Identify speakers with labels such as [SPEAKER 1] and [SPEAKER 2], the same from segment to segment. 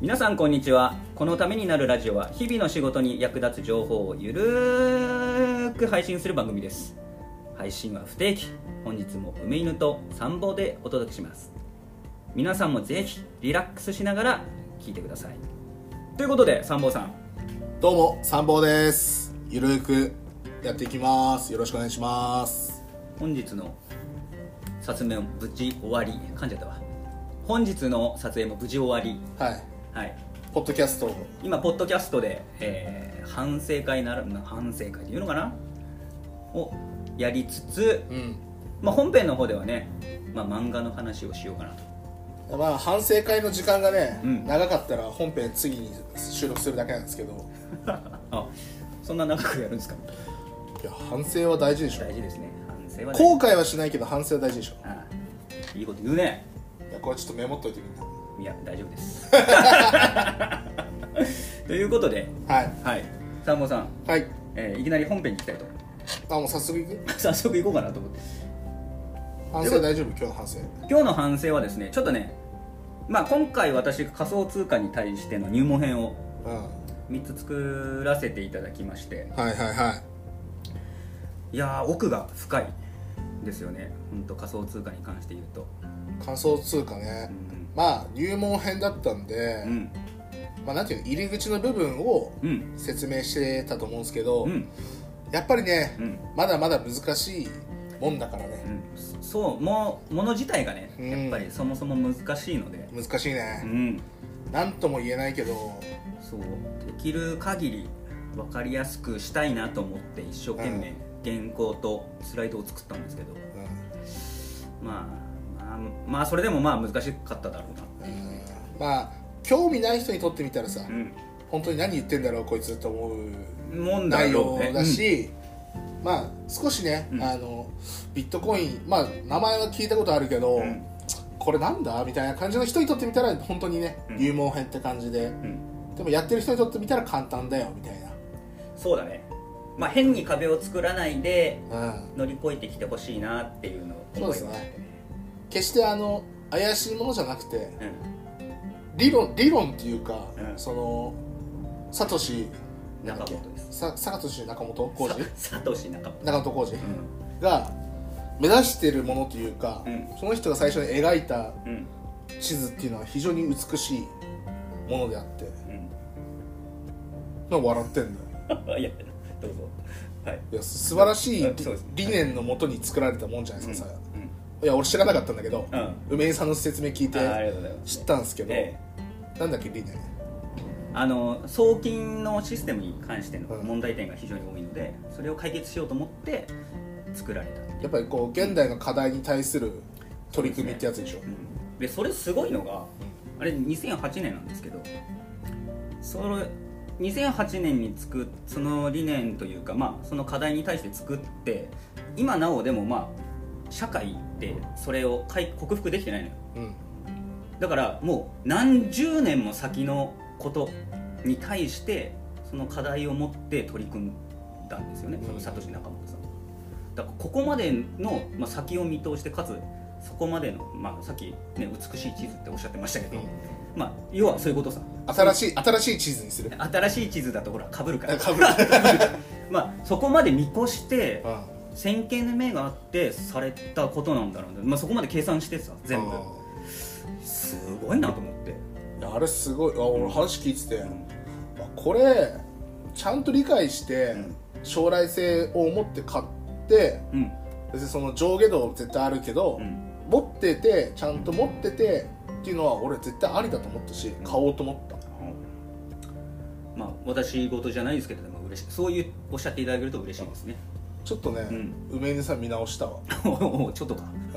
[SPEAKER 1] 皆さんこんにちはこのためになるラジオは日々の仕事に役立つ情報をゆるーく配信する番組です配信は不定期本日も梅犬と参謀でお届けします皆さんもぜひリラックスしながら聞いてくださいということで参謀さん
[SPEAKER 2] どうも参謀ですゆるくやっていきますよろしくお願いします
[SPEAKER 1] 本日の撮影も無事終わり噛んじゃったわ本日の撮影も無事終わり
[SPEAKER 2] はい
[SPEAKER 1] はい
[SPEAKER 2] ポッドキャスト
[SPEAKER 1] 今ポッドキャストで、えー反省会ならまあ反省会っていうのかなをやりつつ、
[SPEAKER 2] うん
[SPEAKER 1] まあ、本編の方ではね、まあ、漫画の話をしようかなと
[SPEAKER 2] まあ反省会の時間がね、
[SPEAKER 1] うん
[SPEAKER 2] 長かったら本編次に収録するだけなんですけど
[SPEAKER 1] あそんな長くやるんですか
[SPEAKER 2] いや反省は大事でしょ
[SPEAKER 1] 大事ですね反省は大
[SPEAKER 2] 後
[SPEAKER 1] 事
[SPEAKER 2] 悔はしないけど反省は大事でしょ
[SPEAKER 1] ああいいこと言うね
[SPEAKER 2] いやこれちょっとメモっといてみんない
[SPEAKER 1] や大丈夫ですということで
[SPEAKER 2] はい
[SPEAKER 1] はいさんもさん、
[SPEAKER 2] はい
[SPEAKER 1] えーいきなり本編に行きたいと
[SPEAKER 2] あもう早速いく
[SPEAKER 1] 早速行こうかなと思って
[SPEAKER 2] 反省大丈夫今日の反省
[SPEAKER 1] 今日の反省はですねちょっとね、まあ、今回私が仮想通貨に対しての入門編を
[SPEAKER 2] うん
[SPEAKER 1] 3つ作らせていただきまして
[SPEAKER 2] はいはいはい
[SPEAKER 1] いやー奥が深いですよね本当仮想通貨に関して言うと
[SPEAKER 2] 仮想通貨ね、
[SPEAKER 1] う
[SPEAKER 2] まあ入門編だったんで、
[SPEAKER 1] んうん
[SPEAKER 2] まあなんていうの入り口の部分を
[SPEAKER 1] うん
[SPEAKER 2] 説明してたと思うんですけど、
[SPEAKER 1] うん
[SPEAKER 2] やっぱりね、
[SPEAKER 1] うん
[SPEAKER 2] まだまだ難しいもんだからね
[SPEAKER 1] う、んそそうもうもの自体がね
[SPEAKER 2] うん
[SPEAKER 1] やっぱりそもそも難しいので
[SPEAKER 2] 難しいうね、
[SPEAKER 1] ん
[SPEAKER 2] なんとも言えないけど、
[SPEAKER 1] そうできる限り分かりやすくしたいなと思って一生懸命原稿とスライドを作ったんですけど
[SPEAKER 2] うん
[SPEAKER 1] まあまあまあそれでもまあ難しかっただろうなっていう
[SPEAKER 2] うんまあ興味ない人にとってみたらさ、
[SPEAKER 1] うん
[SPEAKER 2] 本当に何言ってんだろうこいつと思う
[SPEAKER 1] 問題
[SPEAKER 2] 内
[SPEAKER 1] を
[SPEAKER 2] 容
[SPEAKER 1] ね
[SPEAKER 2] だし、まあ少しね、
[SPEAKER 1] うん
[SPEAKER 2] あのビットコインまあ名前は聞いたことあるけど、
[SPEAKER 1] うん
[SPEAKER 2] これなんだみたいな感じの人にとってみたら本当にね、
[SPEAKER 1] うん
[SPEAKER 2] 入門編って感じで
[SPEAKER 1] うんうん
[SPEAKER 2] でもやってる人にとってみたら簡単だよみたい
[SPEAKER 1] そうだねまあ変に壁を作らないで
[SPEAKER 2] な、うん、
[SPEAKER 1] 乗り越えてきてほしいなっていうのを
[SPEAKER 2] そうですね決してあの怪しいものじゃなくて
[SPEAKER 1] うん
[SPEAKER 2] 理論理論っていうか、
[SPEAKER 1] うん
[SPEAKER 2] そのサトシなんだっけ
[SPEAKER 1] 中本です
[SPEAKER 2] さサトシ中本浩二
[SPEAKER 1] さサトシ中本
[SPEAKER 2] 中本浩二
[SPEAKER 1] う
[SPEAKER 2] が目指してるものというか、
[SPEAKER 1] うん
[SPEAKER 2] その人が最初に描いた
[SPEAKER 1] んうん
[SPEAKER 2] 地図っていうのは非常に美しいものであってなんか笑ってんだよ
[SPEAKER 1] うん いやどうぞはい
[SPEAKER 2] いや素晴らしい
[SPEAKER 1] うん
[SPEAKER 2] り
[SPEAKER 1] そうです
[SPEAKER 2] 理念のもとに作られたもんじゃないですか、さ
[SPEAKER 1] うん
[SPEAKER 2] いや俺知らなかったんだけど、
[SPEAKER 1] うん
[SPEAKER 2] 梅井さんの説明聞い
[SPEAKER 1] あーあり
[SPEAKER 2] て
[SPEAKER 1] がとうございます
[SPEAKER 2] 知ったんですけど、
[SPEAKER 1] え
[SPEAKER 2] なんだっけ理念
[SPEAKER 1] えあの送金のシステムに関しての
[SPEAKER 2] うん
[SPEAKER 1] 問題点が非常に多いのでそれを解決しようと思って作られた
[SPEAKER 2] やっぱりこう現代の課題に対する取り組みってやつでしょ
[SPEAKER 1] うんでそれすごいのがあれ2008年なんですけどそれ2008年に作っその理念というか、まあ、その課題に対して作って今なおでもまあ社会ってそれを解克服できてないのよ
[SPEAKER 2] うん
[SPEAKER 1] だからもう何十年も先のことに対してその課題を持って取り組んだんですよね、
[SPEAKER 2] うん
[SPEAKER 1] そのサトシ仲本さんだからここまでの、まあ、先を見通してかつそこまでの、まあ、さっき、ね、美しい地図っておっしゃってましたけど、まあ、要はそういうことさ
[SPEAKER 2] 新しい新しい地図にする
[SPEAKER 1] 新しい地図だとほらかぶるか
[SPEAKER 2] なん
[SPEAKER 1] ら
[SPEAKER 2] かぶる
[SPEAKER 1] まあそこまで見越して
[SPEAKER 2] うん
[SPEAKER 1] 先見の目があってされたことなんだろうね、まあ、そこまで計算してさ全部
[SPEAKER 2] う
[SPEAKER 1] すごいなと思って、
[SPEAKER 2] んいやあれすごいあ俺話聞いてて、
[SPEAKER 1] うん
[SPEAKER 2] あこれちゃんと理解して
[SPEAKER 1] うん
[SPEAKER 2] 将来性を持って買って
[SPEAKER 1] うん
[SPEAKER 2] 別にその上下動絶対あるけど、
[SPEAKER 1] うん
[SPEAKER 2] 持っててちゃんと持っててっていうのは俺絶対ありだと思ったし買おうと思った
[SPEAKER 1] まあ私事じゃないですけれども嬉しいそういうおっしゃっていただけると嬉しいですね
[SPEAKER 2] ちょっとね、
[SPEAKER 1] うん
[SPEAKER 2] 梅犬さん見直したわ、
[SPEAKER 1] おおちょっとか
[SPEAKER 2] うん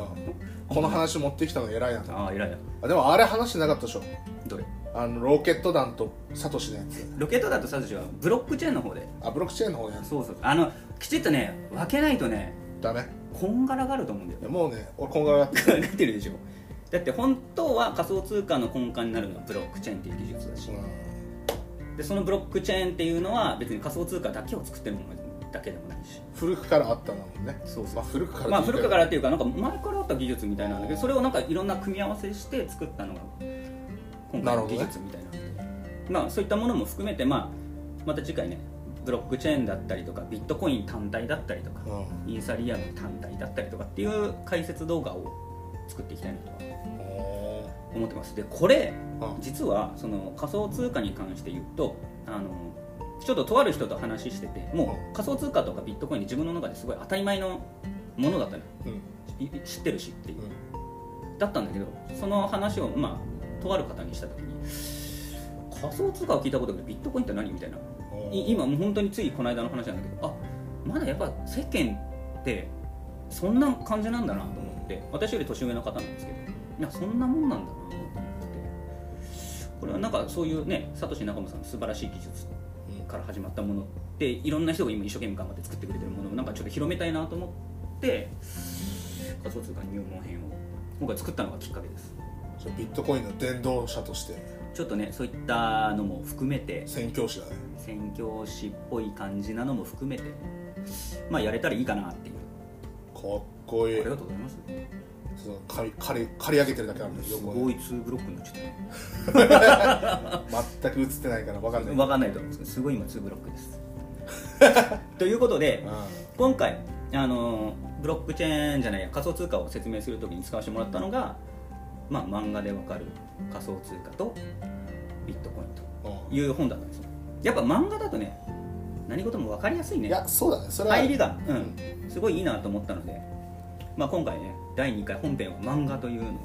[SPEAKER 2] この話持ってきたの偉いなと
[SPEAKER 1] ああ偉いな
[SPEAKER 2] あでもあれ話してなかったでしょ
[SPEAKER 1] どれ
[SPEAKER 2] あのロケット弾とサトシのやつ
[SPEAKER 1] ロケットだとサトシはブロックチェーンの方で
[SPEAKER 2] あブロックチェーンの方のやつ
[SPEAKER 1] そうそうあのきちっとね分けないとね
[SPEAKER 2] ダメ
[SPEAKER 1] こんがらがると思うんだよ
[SPEAKER 2] いやもうね俺こんがらがっ
[SPEAKER 1] 考
[SPEAKER 2] て
[SPEAKER 1] えてるでしょだって本当は仮想通貨の根幹になるのはブロックチェーンっていう技術だし
[SPEAKER 2] るうん
[SPEAKER 1] でそのブロックチェーンっていうのは別に仮想通貨だけを作ってるものだけでもないし
[SPEAKER 2] 古くからあったなもんね
[SPEAKER 1] そうそう
[SPEAKER 2] まあ古くから
[SPEAKER 1] まあ古くから
[SPEAKER 2] ら
[SPEAKER 1] っていうかなんか前からあった技術みたいなんだけどそれをなんかいろんな組み合わせして作ったのが今回の技術みたいなんでまあ、そういったものも含めて、まあ、また次回ねブロックチェーンだったりとかビットコイン単体だったりとか、
[SPEAKER 2] う
[SPEAKER 1] イーサリアム単体だったりとかっていう解説動画を作っていきたいなとは
[SPEAKER 2] お
[SPEAKER 1] 思ってますでこれ
[SPEAKER 2] ーうん
[SPEAKER 1] 実はその仮想通貨に関して言うとあのちょっととある人と話しててもう仮想通貨とかビットコインって自分の中ですごい当たり前のものだったの
[SPEAKER 2] うん
[SPEAKER 1] いい知ってるしっていうだったんだけどその話をまあとある方にした時に仮想通貨は聞いたことあるけどビットコインって何みたいな
[SPEAKER 2] うん
[SPEAKER 1] い今もう本当についこの間の話なんだけどあまだやっぱ世間ってそんな感じなんだなと思って私より年上の方なんですけどいやそんなもんなんだなと思ってこれはなんかそういうねサトシ仲間さんの素晴らしい技術から始まったものっていろんな人が今一生懸命頑張って作ってくれてるものをなんかちょっと広めたいなと思って仮想通貨入門編を今回作ったのがきっかけです
[SPEAKER 2] じゃあビットコインの伝道者として
[SPEAKER 1] ちょっとねそういったのも含めて
[SPEAKER 2] 宣教師だね
[SPEAKER 1] 宣教師っぽい感じなのも含めてまあやれたらいいかなっていう
[SPEAKER 2] かっこ
[SPEAKER 1] あ
[SPEAKER 2] い
[SPEAKER 1] り
[SPEAKER 2] い
[SPEAKER 1] がとうございます
[SPEAKER 2] その刈り刈り刈り上げてるだけあるんだけ
[SPEAKER 1] す
[SPEAKER 2] ど
[SPEAKER 1] ごい2ブロックになっちゃっ
[SPEAKER 2] 全く映ってないから分か
[SPEAKER 1] た
[SPEAKER 2] んない
[SPEAKER 1] 分かんないと思うんですけどすごい今2ブロックです ということで今回あのブロックチェーンじゃないや仮想通貨を説明するときに使わせてもらったのが、まあ、漫画でわかる仮想通貨とビットコインと
[SPEAKER 2] うんうん
[SPEAKER 1] いう本だったんですよやっぱ漫画だとね何事も分かりやすいね
[SPEAKER 2] いやそうだねそれは
[SPEAKER 1] 入りが、うん、すごいいいなと思ったので、まあ、今回ね第2回本編は漫画というのが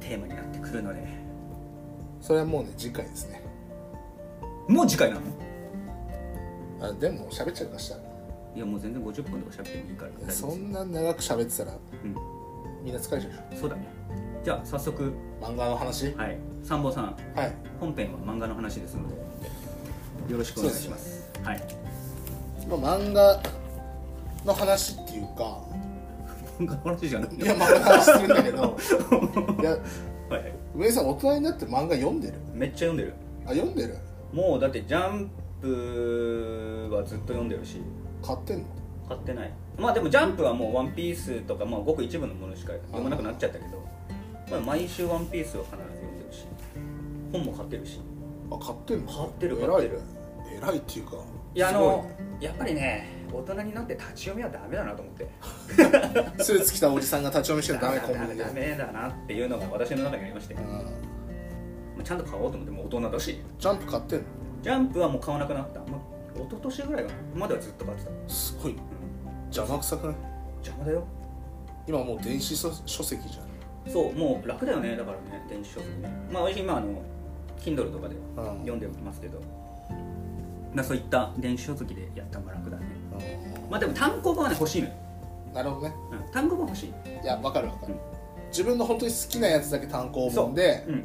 [SPEAKER 1] テーマになってくるので
[SPEAKER 2] それはもうね次回ですね
[SPEAKER 1] もう次回なの
[SPEAKER 2] あでも喋っちゃいました
[SPEAKER 1] いやもう全然50分とか喋ってもいいから大丈夫です
[SPEAKER 2] そんな長く喋ってたら
[SPEAKER 1] う
[SPEAKER 2] みんな疲れちゃうでし
[SPEAKER 1] ん、そうだねじゃあ早速
[SPEAKER 2] ょ漫画の話
[SPEAKER 1] はい三坊さん
[SPEAKER 2] はい
[SPEAKER 1] 本編は漫画の話ですのでよろしくお願いしますはい
[SPEAKER 2] まあ、漫画の話っていうか
[SPEAKER 1] 漫画の話じゃない
[SPEAKER 2] いや漫画の話するんだ けどいや
[SPEAKER 1] はいはい
[SPEAKER 2] 上井さん大人になって漫画読んでる
[SPEAKER 1] めっちゃ読んでる
[SPEAKER 2] あ読んでる
[SPEAKER 1] もうだってジャンプはずっと読んでるし
[SPEAKER 2] 買ってんの
[SPEAKER 1] 買ってないまあでもジャンプはもう「ワンピースとか、まあ、ごく一部のものしか読まなくなっちゃったけど、まあ、毎週「ワンピースは必ず読んでるし本も買ってるし
[SPEAKER 2] あ買ってんの
[SPEAKER 1] 買ってる
[SPEAKER 2] 偉
[SPEAKER 1] 買
[SPEAKER 2] い
[SPEAKER 1] ってる
[SPEAKER 2] 偉いっていうか
[SPEAKER 1] いやあ
[SPEAKER 2] すごい
[SPEAKER 1] の、やっぱりね大人になって立ち読みはダメだなと思って
[SPEAKER 2] スーツ着たおじさんが立ち読みしてるのダメコンビニで
[SPEAKER 1] ダメだなっていうのが私の中にありまして、ま
[SPEAKER 2] うん
[SPEAKER 1] あ、ちゃんと買おうと思ってもう大人だし
[SPEAKER 2] ジャンプ買ってんの
[SPEAKER 1] ジャンプはもう買わなくなった、まあ、一昨年ぐらいかなまではずっと買ってた、うん
[SPEAKER 2] すごい邪魔くさくない
[SPEAKER 1] 邪魔だよ
[SPEAKER 2] 今もう電子書書籍じ
[SPEAKER 1] そうもう楽だよねだからね電子書籍ねまあ私今あの Kindle とかで
[SPEAKER 2] ゃん、うん
[SPEAKER 1] 読んでますけど、まあ、そういった電子書籍でやった方が楽だねまあでも単行本はね欲しいのよ、
[SPEAKER 2] なるほどね
[SPEAKER 1] うん、単行本欲しい
[SPEAKER 2] いやわかるわかる、
[SPEAKER 1] うん
[SPEAKER 2] 自分の本当に好きなやつだけ単行本で
[SPEAKER 1] うん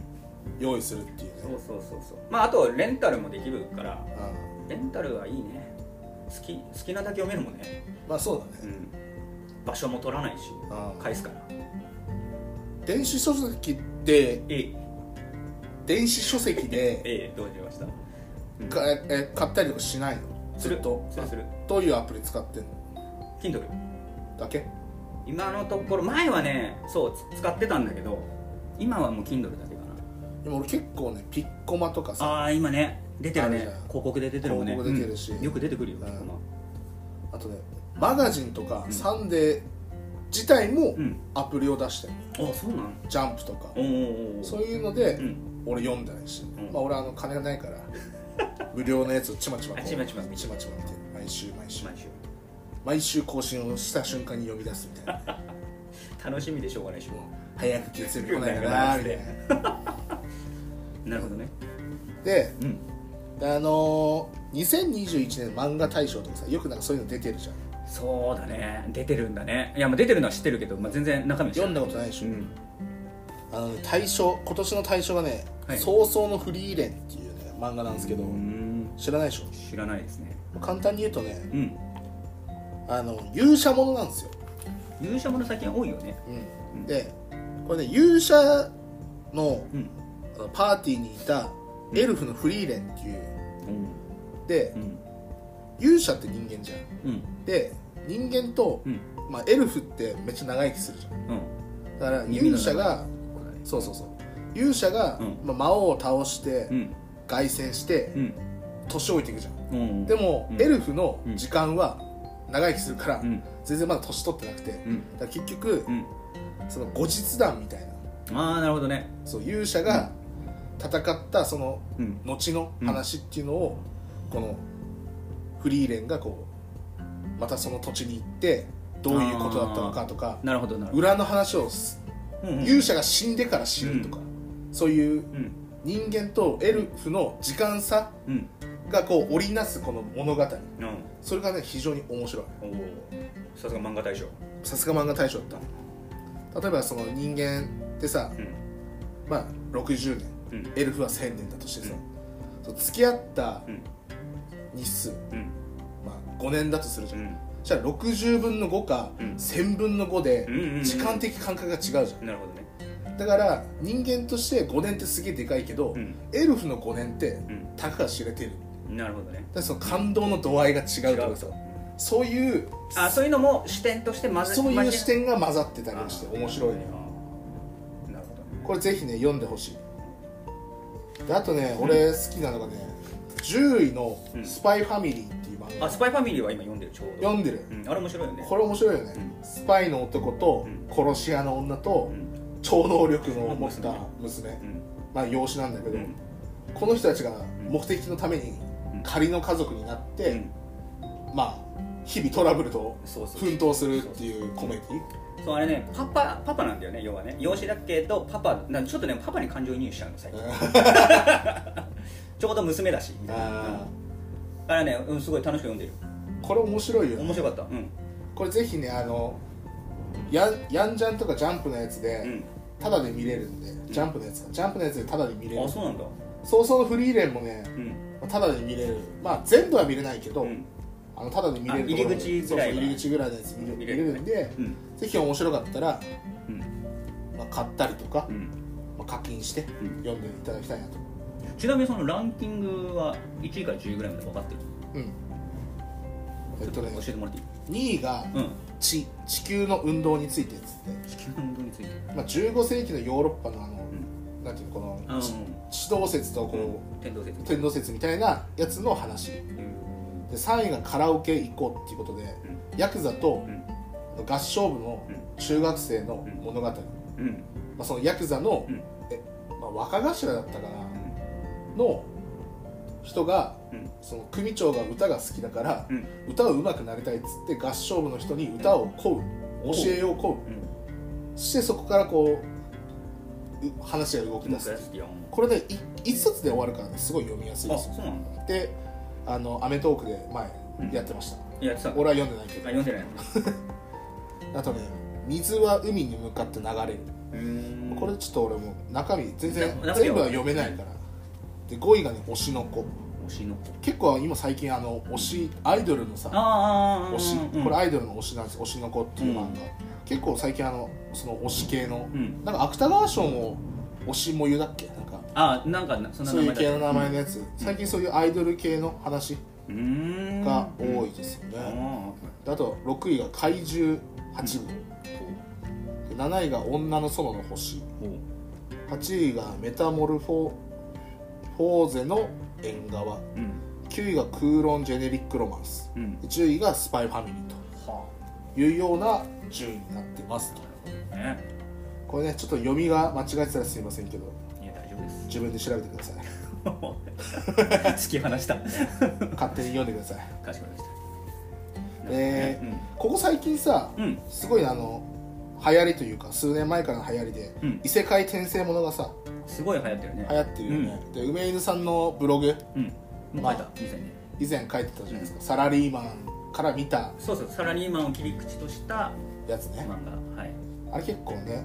[SPEAKER 2] 用意するっていう
[SPEAKER 1] そう
[SPEAKER 2] ね
[SPEAKER 1] そうそうそうまああとレンタルもできるから
[SPEAKER 2] うん
[SPEAKER 1] レンタルはいいね好き好きなだけ読めるもんね、
[SPEAKER 2] まあそうだ
[SPEAKER 1] う
[SPEAKER 2] ね、
[SPEAKER 1] ん、場所も取らないし
[SPEAKER 2] うん
[SPEAKER 1] 返すから
[SPEAKER 2] 電子書籍って
[SPEAKER 1] ええ
[SPEAKER 2] 電子書籍で
[SPEAKER 1] ええどうしました
[SPEAKER 2] かえ買ったりとかしないの
[SPEAKER 1] す
[SPEAKER 2] ず
[SPEAKER 1] る
[SPEAKER 2] っと
[SPEAKER 1] するする
[SPEAKER 2] どういうアプリ使ってんの
[SPEAKER 1] Kindle
[SPEAKER 2] だけ
[SPEAKER 1] 今のところ前はねそうつ使ってたんだけど今はもう Kindle だけかな
[SPEAKER 2] でも俺結構ねピッコマとかさ
[SPEAKER 1] ああ今ね出てるね
[SPEAKER 2] あるじゃん
[SPEAKER 1] 広告で出てるもんね
[SPEAKER 2] 広告出てるし
[SPEAKER 1] うんよく出てくるよ、
[SPEAKER 2] うん
[SPEAKER 1] ここも
[SPEAKER 2] あとねマガジンとか
[SPEAKER 1] うん
[SPEAKER 2] サンデー自体も
[SPEAKER 1] うん
[SPEAKER 2] アプリを出してる
[SPEAKER 1] あそうなの
[SPEAKER 2] ジャンプとか
[SPEAKER 1] おーおーおー
[SPEAKER 2] そういうので
[SPEAKER 1] うん
[SPEAKER 2] 俺読んだりしてる
[SPEAKER 1] うん
[SPEAKER 2] まあ俺あの金がないから 無料のやつをちまちまこう
[SPEAKER 1] あちまちま見て
[SPEAKER 2] ちまちま見て毎週毎週
[SPEAKER 1] 毎週
[SPEAKER 2] 毎週更新をした瞬間に読み出すみたいな
[SPEAKER 1] 楽しみでしょうがないしも
[SPEAKER 2] 早く月曜日来ないかなみたい な
[SPEAKER 1] うなるほどね
[SPEAKER 2] で
[SPEAKER 1] うん
[SPEAKER 2] であのー、2021年漫画大賞とかさよくなんかそういうの出てるじゃん
[SPEAKER 1] そうだね出てるんだねいやまあ出てるのは知ってるけど、まあ、全然中身は知ら
[SPEAKER 2] 読ん
[SPEAKER 1] ない
[SPEAKER 2] だことないでしょ、
[SPEAKER 1] うん
[SPEAKER 2] あのね大賞今年の大賞がね「
[SPEAKER 1] はい
[SPEAKER 2] 早々のフリーレン」っていうね漫画なんですけど、
[SPEAKER 1] うん
[SPEAKER 2] 知らないでしょ
[SPEAKER 1] 知らないですね
[SPEAKER 2] 簡単に言うとね
[SPEAKER 1] うん
[SPEAKER 2] あの勇者ものなんですよ、
[SPEAKER 1] 勇者もの最近多いよね
[SPEAKER 2] うんでこれね勇者の
[SPEAKER 1] うん
[SPEAKER 2] あのパーティーにいたエルフのフリーレンっていうで
[SPEAKER 1] うん
[SPEAKER 2] 勇者って人間じゃん
[SPEAKER 1] うん
[SPEAKER 2] で人間と、
[SPEAKER 1] うん
[SPEAKER 2] まあ、エルフってめっちゃ長生きするじゃん
[SPEAKER 1] うん
[SPEAKER 2] だから
[SPEAKER 1] 耳の
[SPEAKER 2] 勇
[SPEAKER 1] 中
[SPEAKER 2] 者がそうそうそう勇者が、
[SPEAKER 1] うん
[SPEAKER 2] まあ、魔王を倒して
[SPEAKER 1] うん
[SPEAKER 2] 凱旋して
[SPEAKER 1] うん
[SPEAKER 2] 年老いていくじゃ
[SPEAKER 1] う
[SPEAKER 2] ん
[SPEAKER 1] ん
[SPEAKER 2] でも、
[SPEAKER 1] うん
[SPEAKER 2] エルフの時間は長生きするから、
[SPEAKER 1] うん
[SPEAKER 2] 全然まだ年取ってなくて、だ
[SPEAKER 1] うん
[SPEAKER 2] から結局、
[SPEAKER 1] うん
[SPEAKER 2] その後日談みたいな
[SPEAKER 1] ああなるほどね
[SPEAKER 2] そう勇者が戦ったその
[SPEAKER 1] うん
[SPEAKER 2] 後の話っていうのを、このフリーレンがこうまたその土地に行ってどういうことだったのかとか
[SPEAKER 1] なるほどなるほど
[SPEAKER 2] 裏の話をす
[SPEAKER 1] うんうん
[SPEAKER 2] 勇者が死んでから知るとか、そういう
[SPEAKER 1] うん
[SPEAKER 2] 人間とエルフの時間差
[SPEAKER 1] うん
[SPEAKER 2] がこう織りなすこの物語
[SPEAKER 1] うん
[SPEAKER 2] それがね非常に面白い
[SPEAKER 1] おおさすが漫画大賞
[SPEAKER 2] さすが漫画大賞だった例えばその人間ってさ
[SPEAKER 1] うん
[SPEAKER 2] まあ60年
[SPEAKER 1] うん
[SPEAKER 2] エルフは1000年だとしてさ、
[SPEAKER 1] うん
[SPEAKER 2] そう付き合った
[SPEAKER 1] うん
[SPEAKER 2] 日数、
[SPEAKER 1] うん
[SPEAKER 2] まあ、5年だとするじゃ、
[SPEAKER 1] うんん
[SPEAKER 2] じゃあ60分の5か、
[SPEAKER 1] うん
[SPEAKER 2] 1000分の5で
[SPEAKER 1] うんうんうん
[SPEAKER 2] 時間的感覚が違うじゃん、
[SPEAKER 1] なるほどね
[SPEAKER 2] だから人間として5年ってすげえでかいけど、
[SPEAKER 1] うん
[SPEAKER 2] エルフの5年って
[SPEAKER 1] うん
[SPEAKER 2] たかが知れてるだ
[SPEAKER 1] なるほどね
[SPEAKER 2] からその感動の度合いが違うとかさそういう
[SPEAKER 1] あそういうのも視点としてまず
[SPEAKER 2] そういう視
[SPEAKER 1] 交
[SPEAKER 2] 点が混ざってた
[SPEAKER 1] え
[SPEAKER 2] りして面白いのよ
[SPEAKER 1] あーなるほどね
[SPEAKER 2] これぜひね読んでほしいであとね俺好きなのがね10位の
[SPEAKER 1] うん
[SPEAKER 2] 「スパイファミリー」っていう漫画、
[SPEAKER 1] あスパイファミリーは今読んでるちょうど
[SPEAKER 2] 読んでる
[SPEAKER 1] うんあれ面白いよね
[SPEAKER 2] これ面白いよね、
[SPEAKER 1] う
[SPEAKER 2] スパイの男と
[SPEAKER 1] う
[SPEAKER 2] 殺し屋の女と
[SPEAKER 1] うん
[SPEAKER 2] 超能力の持った娘、
[SPEAKER 1] うん
[SPEAKER 2] まあ養子なんだけ
[SPEAKER 1] う
[SPEAKER 2] ど、
[SPEAKER 1] ん
[SPEAKER 2] この人たちが目的のために
[SPEAKER 1] うん
[SPEAKER 2] 仮の家族になって、
[SPEAKER 1] うん
[SPEAKER 2] まあ日々トラブルと
[SPEAKER 1] そうそう
[SPEAKER 2] 奮闘するっていうコメディ
[SPEAKER 1] そうあれねパパパパなんだよね要はね養子だけどパパなちょっとねパパに感情移入しちゃうの 最近ちょうど娘だしみたいなうん
[SPEAKER 2] あ
[SPEAKER 1] だからね、うん、すごい楽しく読んでる
[SPEAKER 2] ーこれ面白いよね
[SPEAKER 1] 面白かったうん
[SPEAKER 2] これぜひねあのややんじゃんとかジャンプのやつで、
[SPEAKER 1] う
[SPEAKER 2] ただで見れるんで、ジャンプのやつかジャンプのやつでただで見れ
[SPEAKER 1] んあ
[SPEAKER 2] る
[SPEAKER 1] そうなんだ
[SPEAKER 2] そうそうフリーレンもね
[SPEAKER 1] うん
[SPEAKER 2] ただで見れるまあ全部は見れないけど、
[SPEAKER 1] うん
[SPEAKER 2] あのただで見れるところ
[SPEAKER 1] あ入り口ぐらいは
[SPEAKER 2] そうそう入り口ぐらいのやつ見れ
[SPEAKER 1] 見
[SPEAKER 2] 見
[SPEAKER 1] れ
[SPEAKER 2] れ
[SPEAKER 1] る
[SPEAKER 2] るんで、
[SPEAKER 1] うん
[SPEAKER 2] ぜひ面白かったら、
[SPEAKER 1] うん
[SPEAKER 2] まあ、買ったりとか、
[SPEAKER 1] うん
[SPEAKER 2] まあ、課金して
[SPEAKER 1] ん
[SPEAKER 2] 読んでいただきたいなと、
[SPEAKER 1] ちなみにそのランキングは1位から10位ぐらいまで分かってる
[SPEAKER 2] うんえっとね
[SPEAKER 1] 教えてもらっていい
[SPEAKER 2] 2位が
[SPEAKER 1] うん
[SPEAKER 2] 地地球の運動についてっつって、
[SPEAKER 1] 地球の運動について
[SPEAKER 2] まあ、15世紀のヨーロッパのあの、
[SPEAKER 1] ん
[SPEAKER 2] なんていうのこの、
[SPEAKER 1] あの
[SPEAKER 2] 地動説とこう、
[SPEAKER 1] 天動説
[SPEAKER 2] 天動説みたいなやつの話で
[SPEAKER 1] うん
[SPEAKER 2] 3位がカラオケ行こうっていうことで、ヤクザと
[SPEAKER 1] うん
[SPEAKER 2] 合唱部の中学生の
[SPEAKER 1] うん
[SPEAKER 2] 物語、ま
[SPEAKER 1] うん
[SPEAKER 2] あ、そのヤクザの、
[SPEAKER 1] うん
[SPEAKER 2] えまあ、若頭だったかなの人が
[SPEAKER 1] うん
[SPEAKER 2] その組長が歌が好きだから
[SPEAKER 1] う、ん
[SPEAKER 2] 歌を上手くなりたいっつって合唱部の人に歌をこう、
[SPEAKER 1] うん
[SPEAKER 2] 教えをこ
[SPEAKER 1] うん
[SPEAKER 2] うしてそこからこうう話が動き
[SPEAKER 1] もう
[SPEAKER 2] 出
[SPEAKER 1] 一
[SPEAKER 2] す
[SPEAKER 1] 回やってよ
[SPEAKER 2] これね1冊で終わるからねすごい読みやすいで
[SPEAKER 1] あ
[SPEAKER 2] す
[SPEAKER 1] そうなんだ
[SPEAKER 2] であの『アメトーーク』で前やってました、
[SPEAKER 1] いやってたあ
[SPEAKER 2] 俺は読んでないけ
[SPEAKER 1] 読んでない
[SPEAKER 2] どあとね「水は海に向かって流れる
[SPEAKER 1] うーん」
[SPEAKER 2] これちょっと俺も中身全然
[SPEAKER 1] 中身は
[SPEAKER 2] 全部は読めないからで5位がね「推しの子
[SPEAKER 1] 推しの子」
[SPEAKER 2] 結構今最近あの推しアイドルのさ
[SPEAKER 1] ああ
[SPEAKER 2] 推し
[SPEAKER 1] うん
[SPEAKER 2] これアイドルの推しなんです「推しの子」っていう漫画、結構最近あのその推し系の、
[SPEAKER 1] うん
[SPEAKER 2] なんか芥川賞も推しもゆだっけなんか
[SPEAKER 1] あなんかなそんな
[SPEAKER 2] そう
[SPEAKER 1] 名
[SPEAKER 2] いう
[SPEAKER 1] 前だ
[SPEAKER 2] 系の名前のやつ、最近そういうアイドル系の話
[SPEAKER 1] うーん
[SPEAKER 2] が多いですよね、
[SPEAKER 1] あ
[SPEAKER 2] あと6位が怪獣8部、で7位が女の園の星
[SPEAKER 1] ーおう
[SPEAKER 2] 8位がメタモルフォフォーゼの縁側
[SPEAKER 1] うん
[SPEAKER 2] 9位がクーロンジェネリックロマンス
[SPEAKER 1] うん
[SPEAKER 2] で10位がスパイファミリー
[SPEAKER 1] は
[SPEAKER 2] というような順位になってますと
[SPEAKER 1] あね
[SPEAKER 2] これねちょっと読みが間違えてたらすいませんけど
[SPEAKER 1] いや大丈夫です
[SPEAKER 2] 自分で調べてく ださい
[SPEAKER 1] 突き放した
[SPEAKER 2] 勝手に読んでください
[SPEAKER 1] かしこまりました
[SPEAKER 2] で、ここ最近さ
[SPEAKER 1] うんうん
[SPEAKER 2] すごいあの流行りというか数年前からの流行りで、
[SPEAKER 1] うん
[SPEAKER 2] 異世界転生ものがさ
[SPEAKER 1] すごい流行ってるね
[SPEAKER 2] 流行ってるよね、で梅犬さんのブログ
[SPEAKER 1] うんもう書いた以前ね
[SPEAKER 2] 以前書いてたじゃないですか、サラリーマンから見た
[SPEAKER 1] そうそうサラリーマンを切り口とした
[SPEAKER 2] やつね、
[SPEAKER 1] 漫画はい
[SPEAKER 2] あれ結構ね、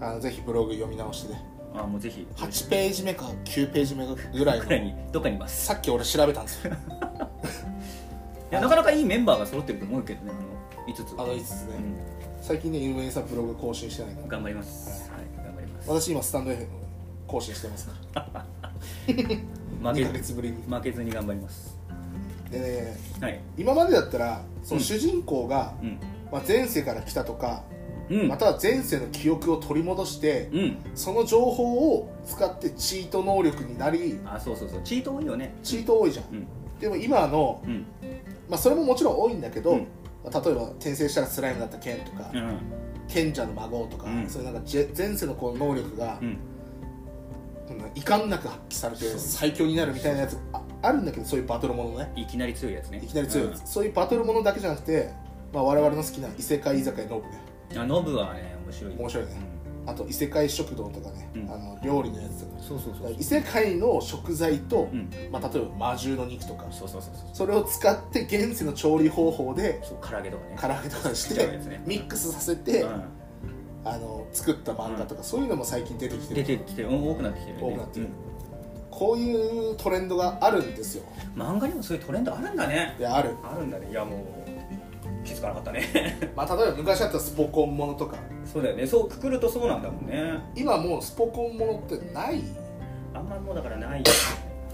[SPEAKER 2] あのぜひブログ読み直してね
[SPEAKER 1] あもうぜひ
[SPEAKER 2] 8ページ目か9ページ目ぐらい
[SPEAKER 1] くらいに
[SPEAKER 2] の
[SPEAKER 1] どっかにいます
[SPEAKER 2] さっき俺調べたんです よ
[SPEAKER 1] いやなかなかいいメンバーが揃ってると思うけどねあの5つ
[SPEAKER 2] あの5つね、
[SPEAKER 1] う
[SPEAKER 2] 最近ね梅犬さんブログ更新してないか
[SPEAKER 1] ん
[SPEAKER 2] ら
[SPEAKER 1] 頑張りますはい頑張ります
[SPEAKER 2] 私今スタンド F の更新してますから
[SPEAKER 1] 負
[SPEAKER 2] 2ヶ
[SPEAKER 1] け
[SPEAKER 2] 月ぶりに
[SPEAKER 1] 負けずに頑張ります
[SPEAKER 2] でね
[SPEAKER 1] はい
[SPEAKER 2] 今までだったらその
[SPEAKER 1] うん
[SPEAKER 2] 主人公が、
[SPEAKER 1] うん
[SPEAKER 2] まあ、前世から来たとか、
[SPEAKER 1] うん
[SPEAKER 2] または前世の記憶を取り戻して、
[SPEAKER 1] うん
[SPEAKER 2] その情報を使ってチート能力になり
[SPEAKER 1] あそうそうそうチート多いよね
[SPEAKER 2] チート多いじゃん、
[SPEAKER 1] うん
[SPEAKER 2] でも今の、
[SPEAKER 1] うん
[SPEAKER 2] まあ、それももちろん多いんだけど、
[SPEAKER 1] うん
[SPEAKER 2] まあ例えば転生したらスライムだった剣とか、
[SPEAKER 1] うん
[SPEAKER 2] 賢者の孫とか、
[SPEAKER 1] うん
[SPEAKER 2] そういうなんかジェ前世のこう能力が
[SPEAKER 1] う、ん
[SPEAKER 2] うん遺憾なく発揮されて
[SPEAKER 1] そう
[SPEAKER 2] 最強になるみたいなやつああるんだけどそういうバトルものね
[SPEAKER 1] いきなり強いやつね
[SPEAKER 2] いきなり強いやつ、そういうバトルものだけじゃなくて、まあ、我々の好きな異世界居酒屋ノブね
[SPEAKER 1] うんあノブはね面白い
[SPEAKER 2] 面白いねあと異世界食堂とかね、
[SPEAKER 1] うん
[SPEAKER 2] あの料理のやつとか
[SPEAKER 1] うんそうそうそうそう
[SPEAKER 2] 異世界の食材と、
[SPEAKER 1] うん
[SPEAKER 2] まあ、例えば魔獣の肉とか
[SPEAKER 1] そうそうそうそう
[SPEAKER 2] それを使って現地の調理方法で
[SPEAKER 1] そう唐揚げとかね
[SPEAKER 2] 唐揚げとかし
[SPEAKER 1] 作っちゃう
[SPEAKER 2] て
[SPEAKER 1] やつね
[SPEAKER 2] ミックスさせて、
[SPEAKER 1] う
[SPEAKER 2] あの作った漫画とか、そういうのも最近出てきて
[SPEAKER 1] ん
[SPEAKER 2] る
[SPEAKER 1] 出てきてうん多くなってきてるよ
[SPEAKER 2] 多
[SPEAKER 1] ね
[SPEAKER 2] くなってる、こういうトレンドがあるんですよ
[SPEAKER 1] うん漫画にもそういうトレンドあるんだね
[SPEAKER 2] である、
[SPEAKER 1] あるんだねいやもう気づかなかったね
[SPEAKER 2] まあ、例えば昔あったスポコンものとか
[SPEAKER 1] そうだよねそうくくるとそうなんだもんね
[SPEAKER 2] 今もうスポコンものってない
[SPEAKER 1] あんまもうだからないよ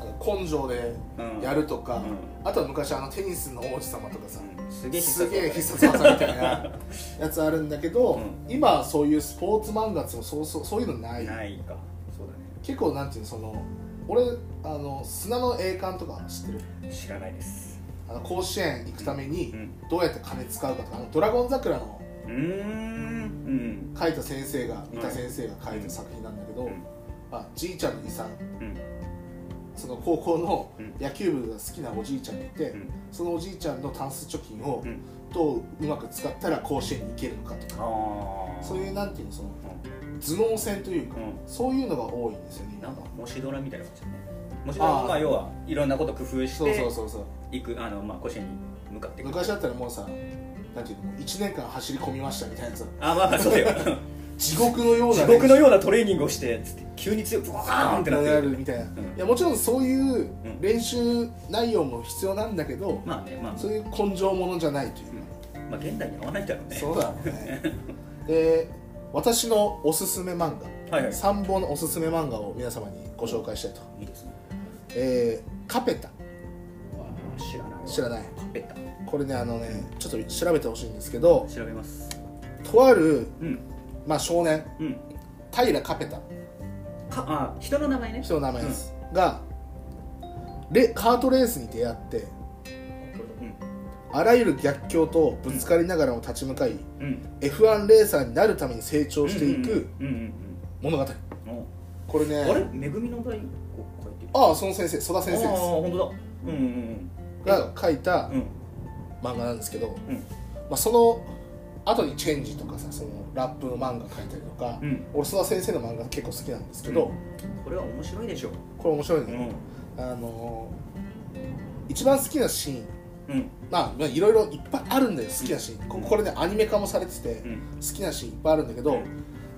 [SPEAKER 2] あの根性で
[SPEAKER 1] うん
[SPEAKER 2] やるとか、
[SPEAKER 1] う
[SPEAKER 2] あとは昔あのテニスの王子様とかさ、
[SPEAKER 1] うんすげえ必
[SPEAKER 2] す
[SPEAKER 1] 殺技
[SPEAKER 2] げえ
[SPEAKER 1] ね
[SPEAKER 2] 必殺技みたいなやつあるんだけど、
[SPEAKER 1] うん
[SPEAKER 2] 今はそういうスポーツ漫画っていうのそうそうそういうのない
[SPEAKER 1] ないかそうだ
[SPEAKER 2] 結構なんていうのその俺あの砂の栄冠とか知ってる
[SPEAKER 1] ね知らないです
[SPEAKER 2] あの甲子園行くために
[SPEAKER 1] うん
[SPEAKER 2] どうやって金使うかとかあのドラゴン桜の
[SPEAKER 1] うーん
[SPEAKER 2] 書いた先生が
[SPEAKER 1] い
[SPEAKER 2] 三田先生が書いた作品なんだけど、
[SPEAKER 1] うん
[SPEAKER 2] まあ、じいちゃんの遺産
[SPEAKER 1] うんうん
[SPEAKER 2] その高校の
[SPEAKER 1] うん
[SPEAKER 2] 野球部が好きなおじいちゃんがいて、
[SPEAKER 1] うん
[SPEAKER 2] そのおじいちゃんのタンス貯金を
[SPEAKER 1] うん
[SPEAKER 2] どううまく使ったら甲子園に行けるのかとか、
[SPEAKER 1] ああ
[SPEAKER 2] そう
[SPEAKER 1] う
[SPEAKER 2] いうなんていうのその頭脳戦というか、
[SPEAKER 1] うん
[SPEAKER 2] そういうのが多いんですよね
[SPEAKER 1] ん
[SPEAKER 2] 今
[SPEAKER 1] なんか模試ドラみたいな感じだね模試ドラは
[SPEAKER 2] あー
[SPEAKER 1] まあ要はいろんなこと工夫し
[SPEAKER 2] そうそ
[SPEAKER 1] て
[SPEAKER 2] うそうそう
[SPEAKER 1] 行くあのまあ甲子園に向かっていく
[SPEAKER 2] 昔だったらもうさなんていうの1年間走り込みましたみたいなさ
[SPEAKER 1] あまあまあそうだよ
[SPEAKER 2] 地獄のような
[SPEAKER 1] 地獄のようなトレーニングをしてつって急に強くブワーンってなって
[SPEAKER 2] な
[SPEAKER 1] る
[SPEAKER 2] るみたいな、
[SPEAKER 1] ん
[SPEAKER 2] いやもちろんそういう
[SPEAKER 1] うん
[SPEAKER 2] 練習内容も必要なんだけど、
[SPEAKER 1] まあねまあ
[SPEAKER 2] そういう根性ものじゃないという、
[SPEAKER 1] うんまあ現代に合わないだろうね
[SPEAKER 2] そうだろう ねで私のおすすめ漫画、
[SPEAKER 1] はいはい
[SPEAKER 2] 参謀のおすすめ漫画を皆様にご紹介したいと、
[SPEAKER 1] いいですね
[SPEAKER 2] えーカペタ
[SPEAKER 1] うわ知らないわ
[SPEAKER 2] 知らない
[SPEAKER 1] カペタ
[SPEAKER 2] これねあのねちょっと調べてほしいんですけど
[SPEAKER 1] 調べます
[SPEAKER 2] とある、
[SPEAKER 1] うん
[SPEAKER 2] まあ、少年
[SPEAKER 1] うん
[SPEAKER 2] 平カペタ
[SPEAKER 1] かあ人の名前ね
[SPEAKER 2] 人の名前です、がレカートレースに出会ってあらゆる逆境とぶつかりながらも立ち向かい、
[SPEAKER 1] うんうん
[SPEAKER 2] F1 レーサーになるために成長していく
[SPEAKER 1] うんうん
[SPEAKER 2] 物語、
[SPEAKER 1] うんうん
[SPEAKER 2] これね
[SPEAKER 1] あれめぐみの第五書いてる
[SPEAKER 2] ああその先生曽田先生
[SPEAKER 1] ああ
[SPEAKER 2] です
[SPEAKER 1] 本当だうんうん
[SPEAKER 2] が書い
[SPEAKER 1] う
[SPEAKER 2] た
[SPEAKER 1] んうん
[SPEAKER 2] 漫画なんですけど、
[SPEAKER 1] うん
[SPEAKER 2] まあ、その後にチェンジとかさそのラップの漫画書いたりとか、
[SPEAKER 1] うん
[SPEAKER 2] 俺曽田先生の漫画結構好きなんですけど、
[SPEAKER 1] うんこれは面白いでしょ
[SPEAKER 2] これ面白いうね、
[SPEAKER 1] ん
[SPEAKER 2] あのー一番好きなシーン
[SPEAKER 1] うん
[SPEAKER 2] まあまあいろいろいっぱいあるんだよ好きなシーン、ここれねアニメ化もされてて、
[SPEAKER 1] う
[SPEAKER 2] 好
[SPEAKER 1] ん
[SPEAKER 2] きなシーンいっぱいあるんだけど、
[SPEAKER 1] うん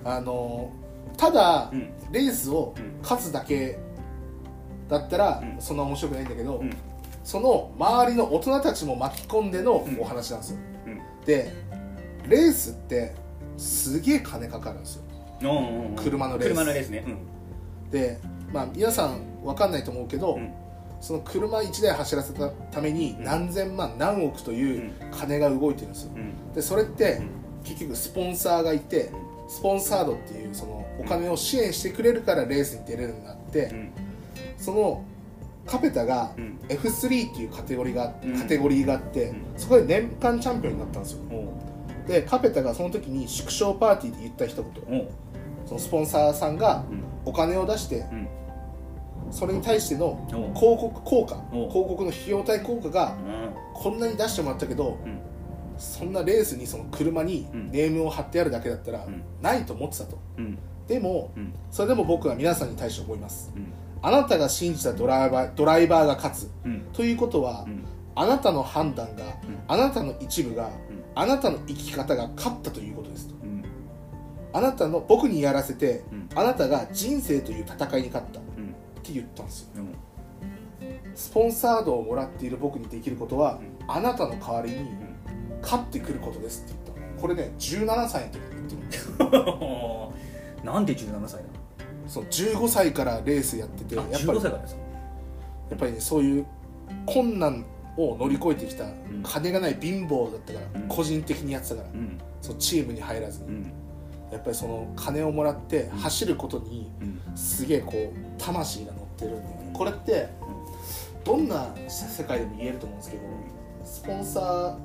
[SPEAKER 2] あのーただ、
[SPEAKER 1] うん
[SPEAKER 2] レースを勝つだけだったら、
[SPEAKER 1] うん
[SPEAKER 2] そんな面白くないんだけど、
[SPEAKER 1] うん
[SPEAKER 2] その周りの大人たちも巻き込んでの
[SPEAKER 1] うん
[SPEAKER 2] お話なんですよ、
[SPEAKER 1] うん
[SPEAKER 2] でレースってすげえ金かかるんですよ
[SPEAKER 1] うんうんうん
[SPEAKER 2] 車のレース
[SPEAKER 1] 車のレースねうん
[SPEAKER 2] でまあ皆さんわかんないと思うけど、
[SPEAKER 1] うん
[SPEAKER 2] その車1台走らせたために
[SPEAKER 1] うん
[SPEAKER 2] 何千万何億という金が動いてるんですよ
[SPEAKER 1] うん
[SPEAKER 2] でそれって
[SPEAKER 1] うん
[SPEAKER 2] 結局スポンサーがいてスポンサードっていうそのお金を支援してくれるからレースに出れるようになって、
[SPEAKER 1] うん
[SPEAKER 2] そのカペタが
[SPEAKER 1] うん
[SPEAKER 2] F3 っていうカテゴリーが,、
[SPEAKER 1] うん
[SPEAKER 2] カテゴリーがあって、
[SPEAKER 1] うん
[SPEAKER 2] そこで年間チャンピオンになったんですよ
[SPEAKER 1] おう
[SPEAKER 2] でカペタがその時に縮小パーティーで言った一言
[SPEAKER 1] おう
[SPEAKER 2] そのスポンサーさんが
[SPEAKER 1] うん
[SPEAKER 2] お金を出して
[SPEAKER 1] うん
[SPEAKER 2] それに対しての
[SPEAKER 1] おう
[SPEAKER 2] 広告効果
[SPEAKER 1] お
[SPEAKER 2] 広告の費用対効果がこんなに出してもらったけど
[SPEAKER 1] うん
[SPEAKER 2] そんなレースにその車に
[SPEAKER 1] うん
[SPEAKER 2] ネームを貼ってあるだけだったら
[SPEAKER 1] うん
[SPEAKER 2] ないと思ってたと
[SPEAKER 1] うん
[SPEAKER 2] でも
[SPEAKER 1] うん
[SPEAKER 2] それでも僕は皆さんに対して思います
[SPEAKER 1] うん
[SPEAKER 2] あなたが信じたドライバードライバーが勝つ
[SPEAKER 1] うん
[SPEAKER 2] ということは、
[SPEAKER 1] うん
[SPEAKER 2] あなたの判断が、
[SPEAKER 1] ん
[SPEAKER 2] あなたの一部が、
[SPEAKER 1] ん
[SPEAKER 2] あなたの生き方が勝ったということですと
[SPEAKER 1] うん
[SPEAKER 2] あなたの僕にやらせて、
[SPEAKER 1] うん
[SPEAKER 2] あなたが人生という戦いに勝ったっ
[SPEAKER 1] うん
[SPEAKER 2] て言ったんですよ
[SPEAKER 1] うん
[SPEAKER 2] スポンサードをもらっている僕にできることは、
[SPEAKER 1] う
[SPEAKER 2] あなたの代わりに勝ってくることですって言ったのこれね17歳の時に言ってるんですよ
[SPEAKER 1] なんで17歳
[SPEAKER 2] そう15歳からレースやってて
[SPEAKER 1] な
[SPEAKER 2] や
[SPEAKER 1] の
[SPEAKER 2] っ
[SPEAKER 1] あ
[SPEAKER 2] ぱり
[SPEAKER 1] 15歳からですか
[SPEAKER 2] やっぱりねそういう困難を乗り越えてきた、
[SPEAKER 1] ん
[SPEAKER 2] 金がない貧乏だったから、
[SPEAKER 1] うん
[SPEAKER 2] 個人的にやってたから、
[SPEAKER 1] うん
[SPEAKER 2] そのチームに入らずに、
[SPEAKER 1] うん
[SPEAKER 2] やっぱりその金をもらって走ることに
[SPEAKER 1] うん
[SPEAKER 2] すげえこう魂が乗ってるんだよねこれってどんな世界でも言えると思うんですけどスポンサ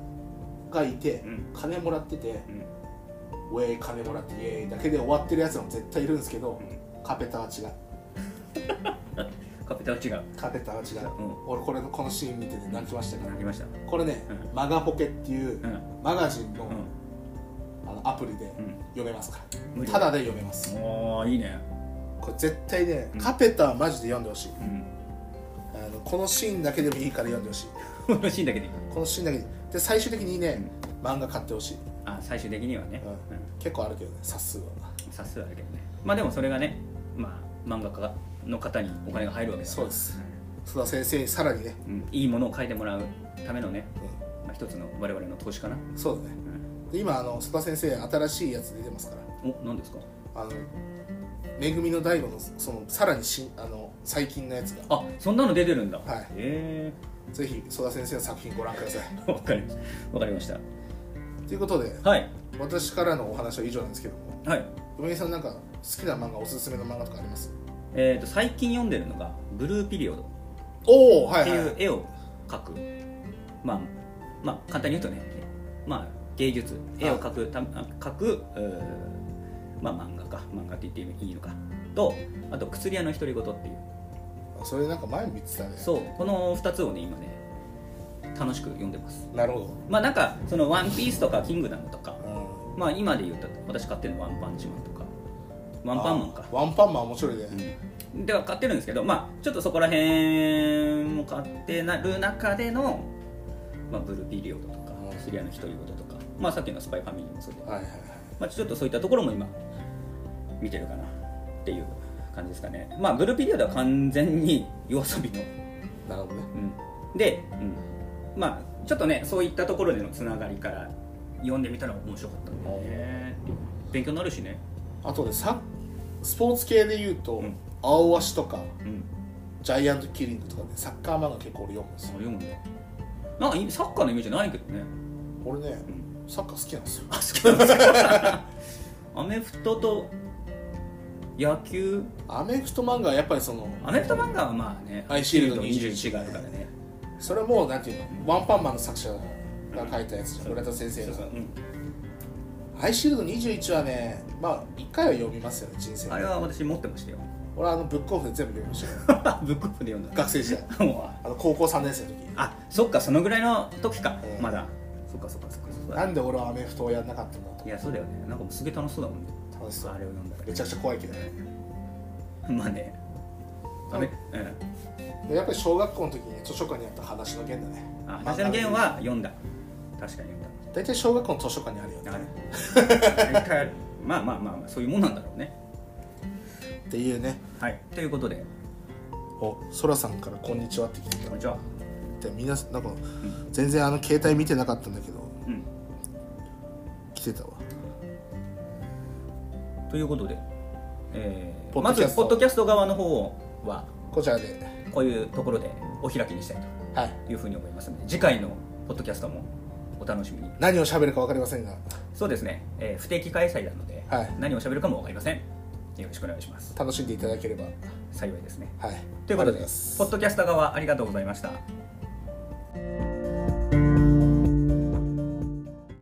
[SPEAKER 2] ーがいて
[SPEAKER 1] うん
[SPEAKER 2] 金もらってて
[SPEAKER 1] うん
[SPEAKER 2] ウェイ金もらってイエーイだけで終わってるやつも絶対いるんですけど
[SPEAKER 1] う
[SPEAKER 2] カペタは違う
[SPEAKER 1] カペタは違う
[SPEAKER 2] カペタは違う
[SPEAKER 1] う
[SPEAKER 2] 俺これのこのシーン見てて泣きましたか
[SPEAKER 1] ん
[SPEAKER 2] ら
[SPEAKER 1] 泣きました
[SPEAKER 2] これね
[SPEAKER 1] う
[SPEAKER 2] マガポケっていう
[SPEAKER 1] うん
[SPEAKER 2] マガジンの
[SPEAKER 1] うん
[SPEAKER 2] あのアプリで
[SPEAKER 1] うん
[SPEAKER 2] 読めますか
[SPEAKER 1] 無
[SPEAKER 2] ら
[SPEAKER 1] 料
[SPEAKER 2] ただで読めます
[SPEAKER 1] おーいいね
[SPEAKER 2] これ絶対ね
[SPEAKER 1] うん
[SPEAKER 2] カペタはマジで読んでほしい
[SPEAKER 1] うん
[SPEAKER 2] あのこのシーンだけでもいいから読んでほしい
[SPEAKER 1] 嬉しいんだけど
[SPEAKER 2] このシーンだけでで最終的にね、漫画買ってほしい
[SPEAKER 1] あ最終的にはね
[SPEAKER 2] うん結構あるけどね冊数は
[SPEAKER 1] 冊数あるけどねまあでもそれがねまあ漫画家の方にお金が入るわけだから
[SPEAKER 2] そうです須田先生にさらにね、
[SPEAKER 1] うんいいものを書いてもらうためのね、
[SPEAKER 2] う
[SPEAKER 1] まあ、一つの我々の投資かな、
[SPEAKER 2] ん、そうだねで今あの須田先生新しいやつ出てますか
[SPEAKER 1] お何ですから
[SPEAKER 2] あの「めぐみの大悟の」そのさらにしあの最近のやつが
[SPEAKER 1] あそんなの出てるんだ
[SPEAKER 2] はい
[SPEAKER 1] え
[SPEAKER 2] ぜひ須田先生の作品ご覧ください
[SPEAKER 1] えわかりましたわかりました
[SPEAKER 2] ということで
[SPEAKER 1] はい
[SPEAKER 2] 私からのお話は以上なんですけども
[SPEAKER 1] はい
[SPEAKER 2] 梅井さんなんか好きな漫画おすすめの漫画とかあります
[SPEAKER 1] えー、と最近読んでるのが「ブルーピリオド」
[SPEAKER 2] おおは
[SPEAKER 1] って
[SPEAKER 2] いはい
[SPEAKER 1] いう絵を描く、まあまあ簡単に言うとね、まあ、芸術絵を描くたあ描く、うーまあ、漫画か漫画って言っていいのかとあと「薬屋の独り言」っていう
[SPEAKER 2] あそれなんか前も言ってたね
[SPEAKER 1] そうこの2つをね今ね楽しく読んでます
[SPEAKER 2] なるほど、
[SPEAKER 1] まあなんかその「ワンピースとか「キングダム」とか
[SPEAKER 2] うん
[SPEAKER 1] まあ今で言ったら私買ってるのは「ワンパンチマン」とか「ワンパンマン」か
[SPEAKER 2] あワンパンマン面白いね、
[SPEAKER 1] では買ってるんですけど、まあ、ちょっとそこら辺も買ってなる中での、まあ、ブルーピリオドとか
[SPEAKER 2] うん
[SPEAKER 1] シリアの独り言とか、まあ、さっきの「スパイファミリー」もそうで、
[SPEAKER 2] はいはいはい
[SPEAKER 1] まあ、ちょっとそういったところも今見てるかなっていう感じですかね、まあ、ブルーピリオドは完全に夜遊びの、
[SPEAKER 2] なるほどね
[SPEAKER 1] うん、で、うんまあ、ちょっとねそういったところでのつながりから読んでみたら面白かったんだよねっていう勉強になるしね、
[SPEAKER 2] あとねさスポーツ系で言うと、
[SPEAKER 1] ん
[SPEAKER 2] 青足とか
[SPEAKER 1] うん、
[SPEAKER 2] ジャイアントキリングとかねサッカー漫画結構俺読むんです
[SPEAKER 1] そう
[SPEAKER 2] よ
[SPEAKER 1] 読むんだなんかいサッカーのイメージないけどね
[SPEAKER 2] 俺ね
[SPEAKER 1] うん
[SPEAKER 2] サッカー好きなんですよ
[SPEAKER 1] あ好きなんですか アメフトと野球
[SPEAKER 2] アメフト漫画はやっぱりその
[SPEAKER 1] アメフト漫画はまあね
[SPEAKER 2] アイシールド
[SPEAKER 1] 21があるからね
[SPEAKER 2] それもなんていうのワンパンマンの作者が書いたやつじゃん村田先生
[SPEAKER 1] そうそう
[SPEAKER 2] が
[SPEAKER 1] うん
[SPEAKER 2] アイシールド21はねまあ1回は読みますよね人生で
[SPEAKER 1] あれは私持ってましたよ
[SPEAKER 2] 俺はあのブックオフで全部読みましたよ
[SPEAKER 1] ブックオフで読んだ
[SPEAKER 2] 学生時代
[SPEAKER 1] もう
[SPEAKER 2] あの高校3年生の時
[SPEAKER 1] あそっかそのぐらいの時か
[SPEAKER 2] うん
[SPEAKER 1] まだそっかそっかそっかそっ
[SPEAKER 2] な
[SPEAKER 1] か
[SPEAKER 2] んで俺はアメフトをやんなかったんだ
[SPEAKER 1] いやそうだよねなんかもうすげえ楽しそうだもんね
[SPEAKER 2] と楽しそう
[SPEAKER 1] あれを読んだ
[SPEAKER 2] めちゃくちゃ怖いけどね
[SPEAKER 1] らまあねあれうん
[SPEAKER 2] でやっぱり小学校の時に図書館にあった話の弦だね
[SPEAKER 1] あ私の弦は読んだ確かに読んだ
[SPEAKER 2] 大体小学校の図書館にある よね
[SPEAKER 1] ある大体あるまあまあまあまあそういうもんなんだろうね
[SPEAKER 2] っていうね
[SPEAKER 1] はいということで
[SPEAKER 2] おそらさんから「こんにちは」って来て
[SPEAKER 1] こ
[SPEAKER 2] た
[SPEAKER 1] んにちは
[SPEAKER 2] でみんななんか全然あの携帯見てなかったんだけど
[SPEAKER 1] うん
[SPEAKER 2] 来てたわ
[SPEAKER 1] ということで、えー
[SPEAKER 2] ポッ
[SPEAKER 1] ま
[SPEAKER 2] ドキャ
[SPEAKER 1] ず
[SPEAKER 2] スト
[SPEAKER 1] ポッドキャスト側の方は
[SPEAKER 2] こちらで
[SPEAKER 1] こういうところでお開きにしたい
[SPEAKER 2] はい
[SPEAKER 1] というふうに思いますので次回のポッドキャストもお楽しみに
[SPEAKER 2] 何を喋るか分かりませんが
[SPEAKER 1] そうですね、えー不定期開催なので、
[SPEAKER 2] はい
[SPEAKER 1] 何を喋るかも分かりませんよろしくお願いします
[SPEAKER 2] 楽しんでいただければはい
[SPEAKER 1] 幸いですね
[SPEAKER 2] ありが
[SPEAKER 1] という
[SPEAKER 2] ご
[SPEAKER 1] こと
[SPEAKER 2] ざい
[SPEAKER 1] で
[SPEAKER 2] ます
[SPEAKER 1] ポッドキャスト側ありがとうございました
[SPEAKER 2] あ